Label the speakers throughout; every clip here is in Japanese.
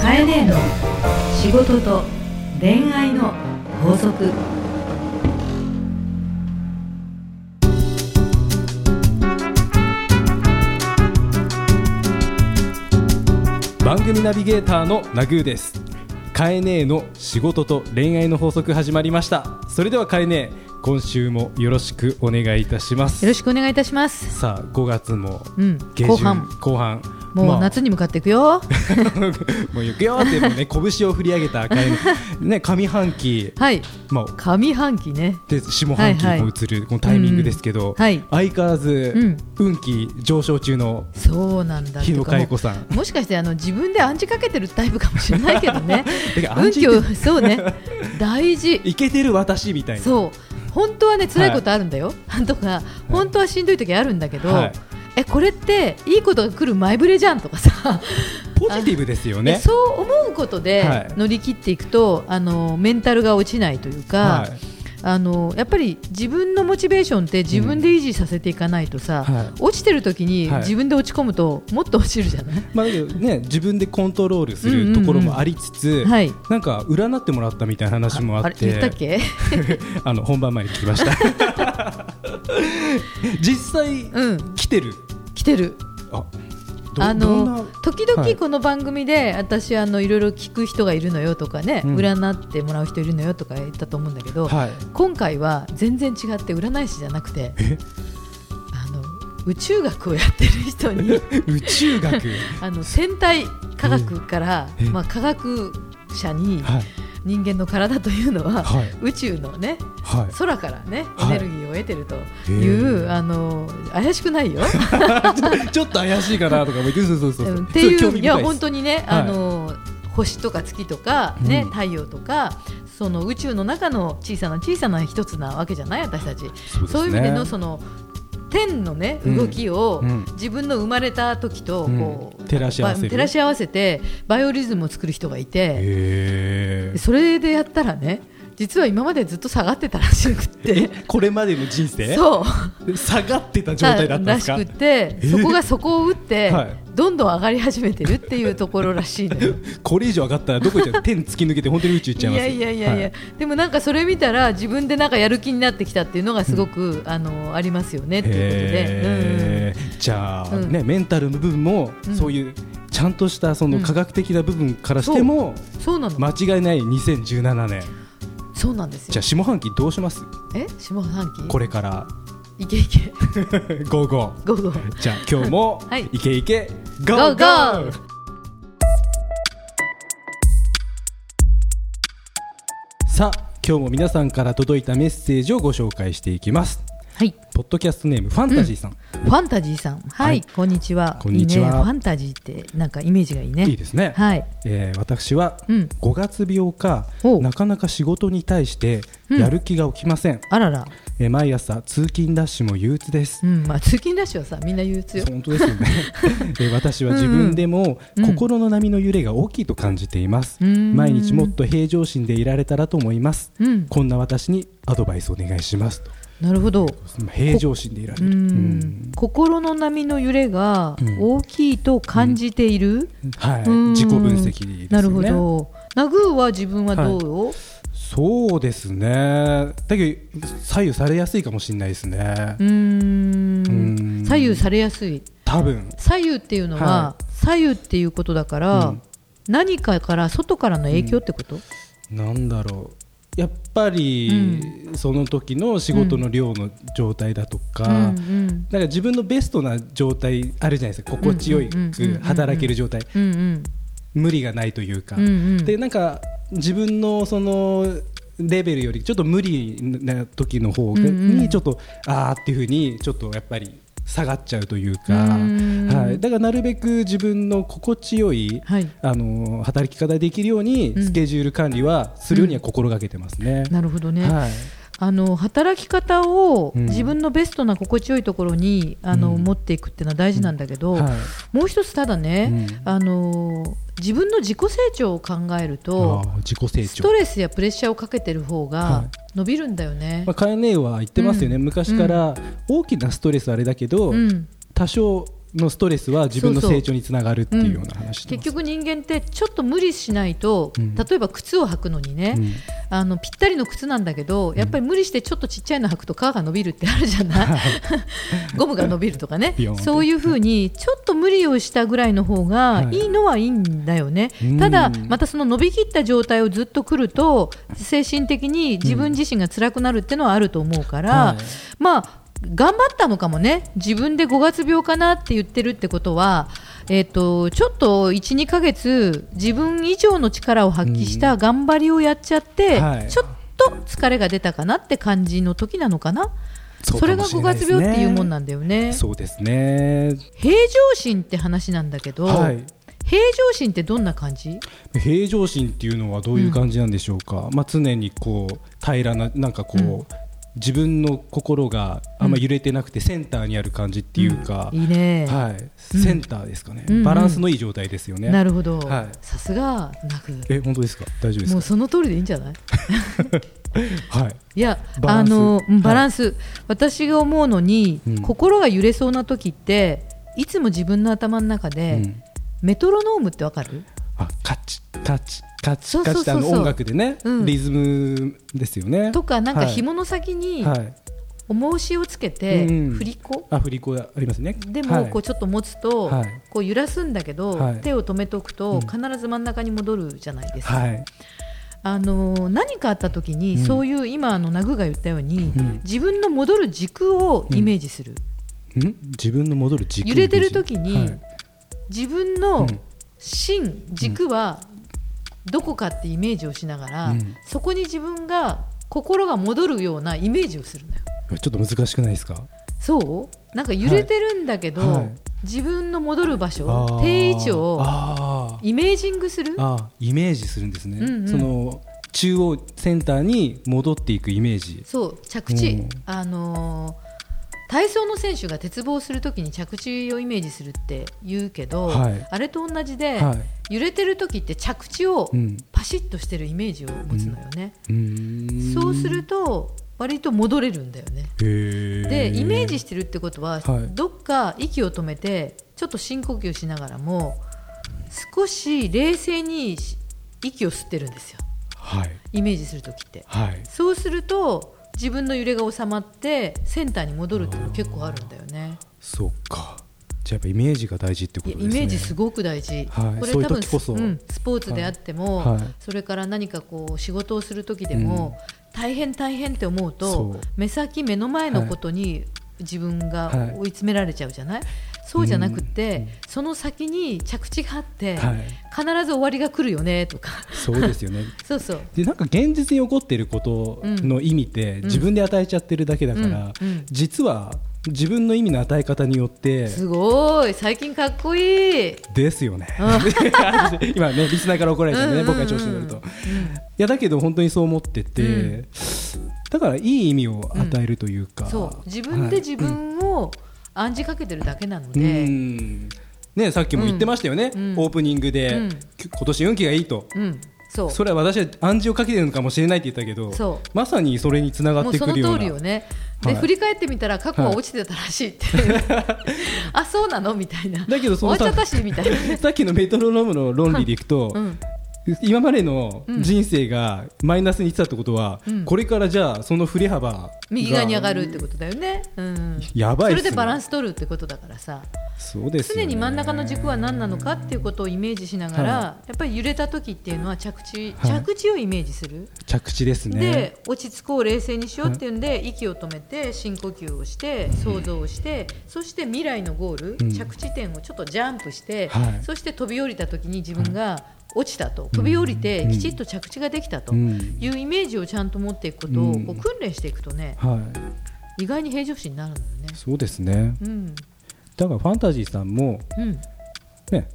Speaker 1: カエネの仕事と恋愛の法則
Speaker 2: 番組ナビゲーターのナグーですカエネーの仕事と恋愛の法則始まりましたそれではカエネー今週もよろしくお願いいたします
Speaker 3: よろしくお願いいたします。
Speaker 2: さあ5月も
Speaker 3: うん、
Speaker 2: 下旬
Speaker 3: 後半、
Speaker 2: 後半
Speaker 3: もう
Speaker 2: まあ
Speaker 3: 夏に向かっていくよ。
Speaker 2: もう行くよってもう ね拳を振り上げた赤いのね上半期
Speaker 3: はい、
Speaker 2: まあ
Speaker 3: 上半期ね。
Speaker 2: で下半期
Speaker 3: はい
Speaker 2: も
Speaker 3: は
Speaker 2: 移るこのタイミングですけど、
Speaker 3: はい、
Speaker 2: 相変わらず運気上昇中の
Speaker 3: そうなんだ。
Speaker 2: 日野
Speaker 3: て
Speaker 2: 佳
Speaker 3: かもう
Speaker 2: 代子さん
Speaker 3: もしかしてあの自分で暗示かけてるタイプかもしれないけどね。
Speaker 2: だから暗
Speaker 3: 運気
Speaker 2: 示
Speaker 3: を
Speaker 2: って
Speaker 3: そ うね、大事。
Speaker 2: いけてる私みたいな
Speaker 3: そう、本当はね辛いことあるんだよ。とか本当はしんどい時あるんだけど。
Speaker 2: はい
Speaker 3: えこれっていいことが来る前触れじゃんとかさ、
Speaker 2: ポジティブですよ
Speaker 3: え
Speaker 2: ね
Speaker 3: そう思うこと
Speaker 2: はい
Speaker 3: で乗り切っていくと、あのメンタルが落ちないというか、
Speaker 2: はい
Speaker 3: あのやっぱり自分のモチベーションって自分で維持させていかないとさ、
Speaker 2: はい
Speaker 3: 落ちてる時に
Speaker 2: はい
Speaker 3: 自分で落ち込むともっと落ちるじゃない、
Speaker 2: まあだけどね、自分でコントロールするところもありつつ、
Speaker 3: はい
Speaker 2: なんか占ってもらったみたいな話もあっ
Speaker 3: あれ言
Speaker 2: て
Speaker 3: ったっけ
Speaker 2: あの本番前に聞きました 実際、
Speaker 3: うん
Speaker 2: 来てる
Speaker 3: 来てる
Speaker 2: あど
Speaker 3: あ
Speaker 2: どんな
Speaker 3: の時
Speaker 2: はい
Speaker 3: 々この番組で、私あのいろいろ聞く人がいるのよとかね、
Speaker 2: うん
Speaker 3: 占ってもらう人いるのよとか言ったと思うんだけど、
Speaker 2: はい
Speaker 3: 今回は全然違って占い師じゃなくて
Speaker 2: え
Speaker 3: あの宇宙学をやってる 人に
Speaker 2: 宇宙学
Speaker 3: あの天体科学から、
Speaker 2: ええ
Speaker 3: まあ、科学者に、
Speaker 2: はい
Speaker 3: 人間の体というのは、
Speaker 2: はい
Speaker 3: 宇宙のね
Speaker 2: はい
Speaker 3: 空からねエ
Speaker 2: はい
Speaker 3: ネルギーを得てると
Speaker 2: へ
Speaker 3: いう、
Speaker 2: え
Speaker 3: あの怪しくな いよ
Speaker 2: ちょっと怪しいかなとか思ってそうそうそう
Speaker 3: う
Speaker 2: そ
Speaker 3: んっていう
Speaker 2: そ興味深
Speaker 3: や
Speaker 2: です
Speaker 3: 本当にね、
Speaker 2: はい
Speaker 3: あの星とか月とか、ね
Speaker 2: うん
Speaker 3: 太陽とかその宇宙の中の小さな小さな一つなわけじゃない私たち
Speaker 2: そうですね
Speaker 3: そういう意味でのその天のね
Speaker 2: うん
Speaker 3: 動きを、
Speaker 2: うん
Speaker 3: 自分の生まれた時とこう、
Speaker 2: うん照らし合わせる
Speaker 3: ば照らし合わせてバイオリズムを作る人がいて。
Speaker 2: へえ
Speaker 3: それでやったらね実は今までずっと下がってたらしくて
Speaker 2: これまでの人生
Speaker 3: そう
Speaker 2: 下がってた状態だったんで
Speaker 3: ら
Speaker 2: す
Speaker 3: し
Speaker 2: か
Speaker 3: くて
Speaker 2: え
Speaker 3: そこがそこを打って、
Speaker 2: はい
Speaker 3: どんどん上がり始めてるっていうところら しいのよ
Speaker 2: これ以上上がったらどこ行っちゃう天突き抜けて本当に宇宙行っ
Speaker 3: い
Speaker 2: ちゃいます
Speaker 3: やいやいやいや、でもなんかそれ見たら自分でなんかやる気になってきたっていうのがすごく、あのありますよねっていうことで、
Speaker 2: へーじゃあ、
Speaker 3: うん
Speaker 2: ねメンタルの部分も、
Speaker 3: うん
Speaker 2: そういうちゃんとしたその
Speaker 3: うん
Speaker 2: 科学的な部分からしても、
Speaker 3: うん、そうなの、
Speaker 2: 間違いない2017年
Speaker 3: そうなんです
Speaker 2: じゃあ
Speaker 3: よ
Speaker 2: 下半期どうします
Speaker 3: え下半期
Speaker 2: これから
Speaker 3: いけいけ
Speaker 2: 午後
Speaker 3: 午後
Speaker 2: じゃあ今日も、
Speaker 3: はい
Speaker 2: イケイケゴーゴ
Speaker 3: ゴー
Speaker 2: ー
Speaker 3: ゴー
Speaker 2: さあ今日も皆さんから届いたメッセージをご紹介していきます
Speaker 3: はい
Speaker 2: ポッドキャストネームファンタジーさん、
Speaker 3: ファンタジーさんはい、
Speaker 2: はい
Speaker 3: こんにちは
Speaker 2: こんにちはい
Speaker 3: いねファンタジーってなんかイメージがいいね
Speaker 2: いいですね、
Speaker 3: はい
Speaker 2: えー私は
Speaker 3: うん
Speaker 2: 5月病か、
Speaker 3: おう
Speaker 2: なかなか仕事に対して
Speaker 3: うん
Speaker 2: やる気が起きません、
Speaker 3: あらら、
Speaker 2: えー毎朝通勤ダッシュも憂鬱です
Speaker 3: う、んまあ、通勤ラッシュはさみんな憂鬱よ
Speaker 2: そう本当ですよ ね、えー私は自分でも
Speaker 3: うんうん
Speaker 2: 心の波の揺れが大きいと感じています、
Speaker 3: うーん
Speaker 2: 毎日もっと平常心でいられたらと思います、
Speaker 3: うん
Speaker 2: こんな私にアドバイスお願いしますと
Speaker 3: なるほど
Speaker 2: 平常心でいられ
Speaker 3: う
Speaker 2: る、
Speaker 3: ん心の波の揺れが大きいと感じている、
Speaker 2: うんはい、
Speaker 3: うん
Speaker 2: 自己分析ですよね
Speaker 3: なるほどナグーは自分はどうよ、
Speaker 2: そうですねだけど左右されやすいかもしれないですね、
Speaker 3: うーん
Speaker 2: うん
Speaker 3: 左右されやすい
Speaker 2: 多分
Speaker 3: 左右っていうのは、
Speaker 2: は
Speaker 3: 左右っていうことだから、
Speaker 2: うん
Speaker 3: 何かから外からの影響ってこと、
Speaker 2: なんだろうやっぱり、その時の仕事の量の状態だとか、
Speaker 3: うん
Speaker 2: なんか自分のベストな状態あるじゃないですか心地よ
Speaker 3: うんうんうんうんうん
Speaker 2: く働ける状態
Speaker 3: うんうん
Speaker 2: 無理がないというか、
Speaker 3: うんうん
Speaker 2: でなんか自分のそのレベルよりちょっと無理な時の方
Speaker 3: うんうん
Speaker 2: にちょっと、ああっていうふうにちょっとやっぱり下がっちゃうというか、
Speaker 3: うん
Speaker 2: はい、だからなるべく自分の心地よい、
Speaker 3: はい
Speaker 2: あの働き方でできるように
Speaker 3: うん
Speaker 2: スケジュール管理はするようには心がけてますね。
Speaker 3: なるほどね、
Speaker 2: はい、
Speaker 3: あの働き方を
Speaker 2: うん
Speaker 3: 自分のベストな心地よいところに、あの
Speaker 2: うん
Speaker 3: 持っていくっていうのは大事なんだけど、
Speaker 2: はい
Speaker 3: もう一つただね、
Speaker 2: うん
Speaker 3: あの自分の自己成長を考えると
Speaker 2: あー自己成
Speaker 3: ス
Speaker 2: 長
Speaker 3: ト。レスやプレッシャーをかけてる方
Speaker 2: は
Speaker 3: が伸びるんだよね。
Speaker 2: まあ、カエネは言ってますよね、
Speaker 3: うん
Speaker 2: 昔から大きなストレスあれだけど、
Speaker 3: うん
Speaker 2: 多少のストレスは自分の成長につながるっていうような話
Speaker 3: 結局人間ってちょっと無理しないと、例えば靴を履くのにね、あのぴったりの靴なんだけどやっぱり無理してちょっとちっちゃいの履くと皮が伸びるってあるじゃない ゴムが伸びるとかね
Speaker 2: ビヨーンって
Speaker 3: そういうふうにちょっと無理をしたぐらいの方が
Speaker 2: はい
Speaker 3: いいのはいいんだよね、
Speaker 2: うん
Speaker 3: ただまたその伸びきった状態をずっとくると精神的に自分自身が辛くなるっていうのはあると思うから、
Speaker 2: はい
Speaker 3: まあ頑張ったのかもね自分で5月病かなって言ってるってことは、えっとちょっと12ヶ月自分以上の力を発揮した頑張りをやっちゃって、
Speaker 2: はい
Speaker 3: ちょっと疲れが出たかなって感じの時なのかな
Speaker 2: そう
Speaker 3: そ
Speaker 2: か
Speaker 3: れ
Speaker 2: も
Speaker 3: が
Speaker 2: しれ
Speaker 3: 5
Speaker 2: ないで
Speaker 3: 月
Speaker 2: すね
Speaker 3: 病っていうもんなんだよね
Speaker 2: そうですね
Speaker 3: 平常心って話なんだけど、
Speaker 2: はい
Speaker 3: 平常心ってどんな感じ
Speaker 2: 平常心っていうのはどういう感じなんでしょうか、まあ、常にこう平らななんかこう、
Speaker 3: うん
Speaker 2: 自分の心があんま揺れてなくてセンターにある感じっていうか、
Speaker 3: いいね、
Speaker 2: はい、センターですかね、
Speaker 3: うんうん
Speaker 2: バランスのいい状態ですよね。
Speaker 3: なるほど、
Speaker 2: はい
Speaker 3: さすがなく
Speaker 2: え本当ですか大丈夫です
Speaker 3: も
Speaker 2: か
Speaker 3: うその通りでいいんじゃない
Speaker 2: はい
Speaker 3: いや
Speaker 2: バラ
Speaker 3: あ
Speaker 2: ンス
Speaker 3: のう
Speaker 2: は
Speaker 3: ん
Speaker 2: い
Speaker 3: バランス、私が思うのに、
Speaker 2: うん
Speaker 3: 心が揺れそうな時っていつも自分の頭の中で、
Speaker 2: うん
Speaker 3: メトロノームってわかる
Speaker 2: あカチカチカチ
Speaker 3: そうそ
Speaker 2: カ
Speaker 3: うそ
Speaker 2: チ
Speaker 3: う
Speaker 2: ってあの音楽でね、
Speaker 3: うん
Speaker 2: リズムですよね。
Speaker 3: とかなんか
Speaker 2: はい
Speaker 3: 紐の先に
Speaker 2: はい、
Speaker 3: 重押しをつけて、
Speaker 2: うん
Speaker 3: 振り子
Speaker 2: アフリコありますね。
Speaker 3: で
Speaker 2: は
Speaker 3: も
Speaker 2: い
Speaker 3: こうちょっと持つと、
Speaker 2: はい
Speaker 3: こう揺らすんだけど、
Speaker 2: はい
Speaker 3: 手を止めておく
Speaker 2: う
Speaker 3: と
Speaker 2: ん
Speaker 3: 必ず真ん中に戻るじゃないですか、
Speaker 2: はい
Speaker 3: あのー何かあった時に、
Speaker 2: うん
Speaker 3: そういう今あのナグが言ったように、
Speaker 2: うん
Speaker 3: 自分の戻る軸をイメージする、
Speaker 2: ん自分の戻る軸
Speaker 3: 揺れてる時に
Speaker 2: はい
Speaker 3: 自分
Speaker 2: う
Speaker 3: の
Speaker 2: ん
Speaker 3: 芯軸はどこかってイメージをしながら、
Speaker 2: うん
Speaker 3: そこに自分が心が戻るようなイメージをするのよ
Speaker 2: ちょっと難しくないですか
Speaker 3: そうなんか揺れてるんだけど、
Speaker 2: はいはい
Speaker 3: 自分の戻る場
Speaker 2: あ
Speaker 3: 所
Speaker 2: ー
Speaker 3: 定位置を
Speaker 2: あー
Speaker 3: イメージングする
Speaker 2: あーイメージするんですね、
Speaker 3: うんうん
Speaker 2: その中央センターに戻っていくイメージ
Speaker 3: そう着地、
Speaker 2: うん
Speaker 3: あのー体操の選手が鉄棒するときに着地をイメージするって言うけど、
Speaker 2: はい
Speaker 3: あれと同じで、
Speaker 2: は
Speaker 3: 揺れてる時って着地を
Speaker 2: うん
Speaker 3: パシッとしてるイメージを持つのよね、
Speaker 2: いーん
Speaker 3: そうすると割と戻れるんだよね
Speaker 2: へ
Speaker 3: でイメージ
Speaker 2: し
Speaker 3: してるってことは、
Speaker 2: はい
Speaker 3: どっか息を止めてちょっと深呼吸しながらも少し冷静に息を吸ってるんですよ
Speaker 2: はい
Speaker 3: イメージする時って
Speaker 2: はい
Speaker 3: そうすると自分の揺れが収まってセンターに戻るっていうの結構あるんだよね
Speaker 2: そうかじゃあやっぱイメージが大事ってこ
Speaker 3: い
Speaker 2: と
Speaker 3: や
Speaker 2: ですね
Speaker 3: イメージすごく大事、
Speaker 2: はい
Speaker 3: これ
Speaker 2: そういう
Speaker 3: 多分
Speaker 2: 時こそ
Speaker 3: うんスポーツであっても、
Speaker 2: はいはい
Speaker 3: それから何かこう仕事をする時でも、大変大変って思う
Speaker 2: そ
Speaker 3: と
Speaker 2: う
Speaker 3: 目先目の前のことに自分が
Speaker 2: はい
Speaker 3: 追い詰められちゃうじゃない、そうじゃなくって、その先に着地があって、
Speaker 2: はい
Speaker 3: 必ず終わりが来るよねとか
Speaker 2: そうですよね
Speaker 3: そうそう
Speaker 2: でなんか現実に起こっていることの意味って自分で与えちゃってるだけだから、
Speaker 3: うんうん
Speaker 2: 実は自分の意味の与え方によって
Speaker 3: すごい最近かっこいい
Speaker 2: ですよね。 今ね、リスナーから怒られちゃうんでね、
Speaker 3: うんう
Speaker 2: 僕
Speaker 3: んうん
Speaker 2: が調子に乗ると。いや、だけど本当にそう思ってて、
Speaker 3: うん
Speaker 2: だからいい意味を与えるというか。
Speaker 3: そう自分で
Speaker 2: はい
Speaker 3: 自分を暗示かけてるだけなの
Speaker 2: う
Speaker 3: で、
Speaker 2: ん。ね、さっきも言ってましたよね、
Speaker 3: うん
Speaker 2: オープニングで、
Speaker 3: うん
Speaker 2: き今年運気がいいと。
Speaker 3: うん、そう
Speaker 2: それは私は暗示をかけてるのかもしれないって言ったけど
Speaker 3: そう
Speaker 2: まさにそれにつなが
Speaker 3: も
Speaker 2: っ
Speaker 3: う
Speaker 2: て
Speaker 3: そ
Speaker 2: く
Speaker 3: の
Speaker 2: るような
Speaker 3: 通りよね、
Speaker 2: はい
Speaker 3: で振り返ってみたら過去は落ちてたらしいって、 あそうなのみたいな
Speaker 2: だけどそ
Speaker 3: 終
Speaker 2: の
Speaker 3: わっ
Speaker 2: さ
Speaker 3: ちゃったしみたいな、
Speaker 2: さっきのメトロノームの論理でいくと、
Speaker 3: うん、
Speaker 2: 今までの人生がマイナスにいってたってことは、
Speaker 3: うん
Speaker 2: これからじゃあその振れ幅が
Speaker 3: 右側に上がるってことだよね、うん、
Speaker 2: やばい
Speaker 3: そ
Speaker 2: っすね
Speaker 3: れでバランス取るってことだからさ、
Speaker 2: そうですよね
Speaker 3: 常に真ん中の軸は何なのかっていうことをイメージしながら、
Speaker 2: はい
Speaker 3: やっぱり揺れた時っていうのは着地、
Speaker 2: はい
Speaker 3: 着地をイメージする、
Speaker 2: 着地ですね
Speaker 3: で落ち着こう冷静にしようっていうんで、息を止めて深呼吸をして想像をして、そして未来のゴール、
Speaker 2: うん
Speaker 3: 着地点をちょっとジャンプして、
Speaker 2: はい
Speaker 3: そして飛び降りた時に自分が落ちたと、飛び降りてきちっと着地ができたと
Speaker 2: う
Speaker 3: い
Speaker 2: ん
Speaker 3: うイメージをちゃんと持っていくことを
Speaker 2: うん
Speaker 3: こう訓練していくとね
Speaker 2: は
Speaker 3: 意外に平常心になるのよね
Speaker 2: い、。そうですね
Speaker 3: うん
Speaker 2: だからファンタジーさんも
Speaker 3: うん
Speaker 2: ね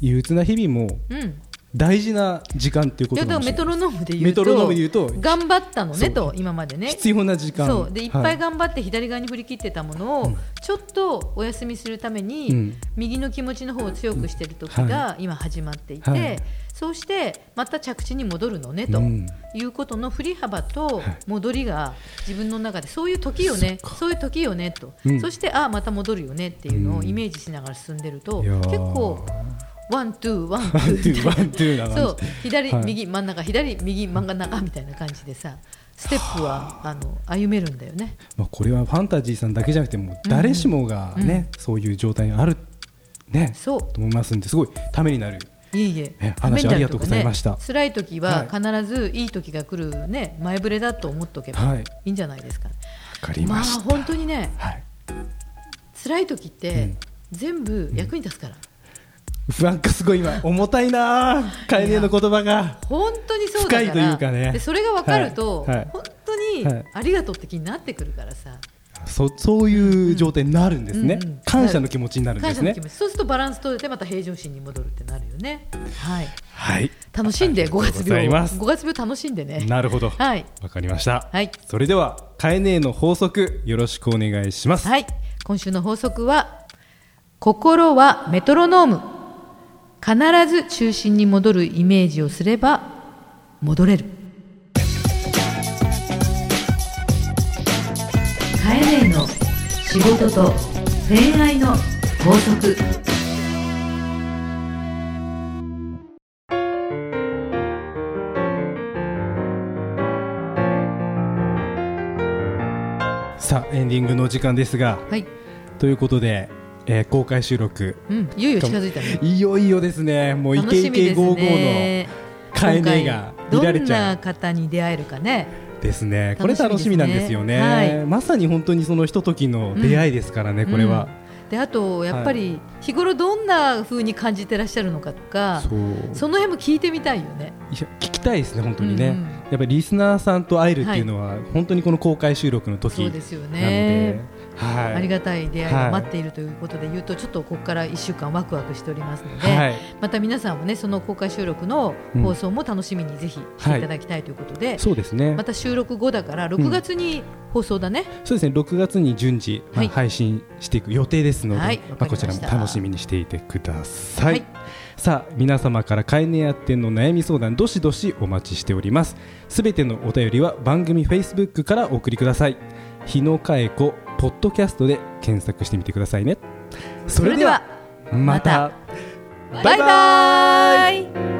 Speaker 2: 憂鬱な日々も
Speaker 3: うん
Speaker 2: 大事な時間っていうこ
Speaker 3: い
Speaker 2: と
Speaker 3: や
Speaker 2: か
Speaker 3: でも
Speaker 2: もしれ
Speaker 3: メ
Speaker 2: な
Speaker 3: ト
Speaker 2: い
Speaker 3: ロノームで言うと
Speaker 2: メトロノームで言うと
Speaker 3: 頑張ったのね
Speaker 2: そ
Speaker 3: と今までね
Speaker 2: 必要な時間
Speaker 3: そうでいっぱい
Speaker 2: は
Speaker 3: 頑張って左側に振り切ってたものを、ちょっとお休みするために、
Speaker 2: うん
Speaker 3: 右の気持ちの方を強くしてる時
Speaker 2: うん
Speaker 3: が今始まっていて、
Speaker 2: はい
Speaker 3: そうしてまた着地に戻るのねと、
Speaker 2: うん
Speaker 3: いうことの振り幅と
Speaker 2: はい
Speaker 3: 戻りが自分の中でそういう時よねそういう時よねと、
Speaker 2: うん
Speaker 3: そしてああまた戻るよねっていうの
Speaker 2: う
Speaker 3: を
Speaker 2: ん
Speaker 3: イメージしながら進んでると、
Speaker 2: いやー
Speaker 3: 結 構ワンツーワンツ
Speaker 2: ワントゥ
Speaker 3: ー
Speaker 2: ーワントゥーな感じ
Speaker 3: そう左、
Speaker 2: はい
Speaker 3: 右真ん中左右真ん中みたいな感じでさステップはあの歩めるんだよね
Speaker 2: まあ、これはファンタジーさんだけじゃなくてもう誰しもがね、そういう状態にある、ね、
Speaker 3: そう
Speaker 2: と思いますんですごいためになる
Speaker 3: いえいえ
Speaker 2: え
Speaker 3: ために
Speaker 2: 話
Speaker 3: な
Speaker 2: あり
Speaker 3: る
Speaker 2: がとうございました
Speaker 3: とかね辛い時は必ずいい時が来るね前触れだと思っておけば
Speaker 2: はい
Speaker 3: いいんじゃないですか、
Speaker 2: わかり
Speaker 3: まあ
Speaker 2: ました、
Speaker 3: 本当にね
Speaker 2: はい、
Speaker 3: 辛い時って、
Speaker 2: うん
Speaker 3: 全部役に立つから、
Speaker 2: 不安かすごい今重たいなカエネの言葉が
Speaker 3: 本当にそうだから
Speaker 2: 深いというかね
Speaker 3: でそれが分かると、
Speaker 2: はいはい
Speaker 3: 本当に
Speaker 2: はい
Speaker 3: ありがとうって気になってくるからさ、
Speaker 2: そそういう状態になるんですね、
Speaker 3: うんうん
Speaker 2: 感謝の気持ちになるんで
Speaker 3: 感
Speaker 2: す
Speaker 3: 謝の
Speaker 2: ね
Speaker 3: 気持ちそうするとバランス取れてまた平常心に戻るってなるよね、はい、
Speaker 2: はい
Speaker 3: 楽しん
Speaker 2: あ
Speaker 3: で
Speaker 2: りがと
Speaker 3: 5
Speaker 2: う
Speaker 3: 月
Speaker 2: ござ
Speaker 3: 病
Speaker 2: います
Speaker 3: 5月病楽しんでね
Speaker 2: なるほど
Speaker 3: はい
Speaker 2: わかりました、
Speaker 3: はい
Speaker 2: それではカエネの法則よろしくお願いします、
Speaker 3: はい今週の法則は心はメトロノーム必ず中心に戻るイメージをすれば戻れる
Speaker 1: カエネの仕事と恋愛の法則
Speaker 2: さあエンディングの時間ですが
Speaker 3: はい、
Speaker 2: ということで、えー公開収録
Speaker 3: うん、いよいよ近づいたね
Speaker 2: いよいよですねもうイ
Speaker 3: 楽
Speaker 2: ケ
Speaker 3: し
Speaker 2: イ
Speaker 3: みで
Speaker 2: ケ
Speaker 3: す
Speaker 2: ゴーゴー
Speaker 3: ね
Speaker 2: のカエネが見られちゃ
Speaker 3: 今回どんな方に出会えるかね
Speaker 2: うですねこれ楽
Speaker 3: 楽
Speaker 2: し
Speaker 3: し
Speaker 2: み
Speaker 3: みですね
Speaker 2: なんですよね
Speaker 3: はい
Speaker 2: まさに本当にそのひとときの出会いですからね、これは、
Speaker 3: うんであとやっぱり日頃どんな風に感じてらっしゃるのかとか、
Speaker 2: そう
Speaker 3: その辺も聞いてみたいよね
Speaker 2: いや聞きたいですね本当にね、
Speaker 3: うんうん
Speaker 2: やっぱりリスナーさんと会えるっていうのは、本当にこの公開収録の時
Speaker 3: そ
Speaker 2: な
Speaker 3: う
Speaker 2: ので
Speaker 3: ですよね
Speaker 2: はい
Speaker 3: ありが
Speaker 2: と
Speaker 3: たい出会いが待っているということで言うと、ちょっとここから1週間ワクワクしておりますので、
Speaker 2: はい
Speaker 3: また皆さんもねその公開収録の放送も楽しみにぜひしていただきたいということで、
Speaker 2: そうですね、
Speaker 3: また収録後だから6月に放送だね、
Speaker 2: そうですね6月に順次、まあ
Speaker 3: はい
Speaker 2: 配信していく予定ですので、
Speaker 3: はい
Speaker 2: ま
Speaker 3: わ
Speaker 2: あ、
Speaker 3: かり
Speaker 2: こ
Speaker 3: まし
Speaker 2: ち
Speaker 3: た
Speaker 2: らも楽しみにしていてください、
Speaker 3: はい
Speaker 2: さあ皆様からカエネやってんの悩み相談どしどしお待ちしておりますすべてのお便りは番組 Facebook からお送りください日野かえこポッドキャストで検索してみてくださいねそれではまた
Speaker 3: バイバーイ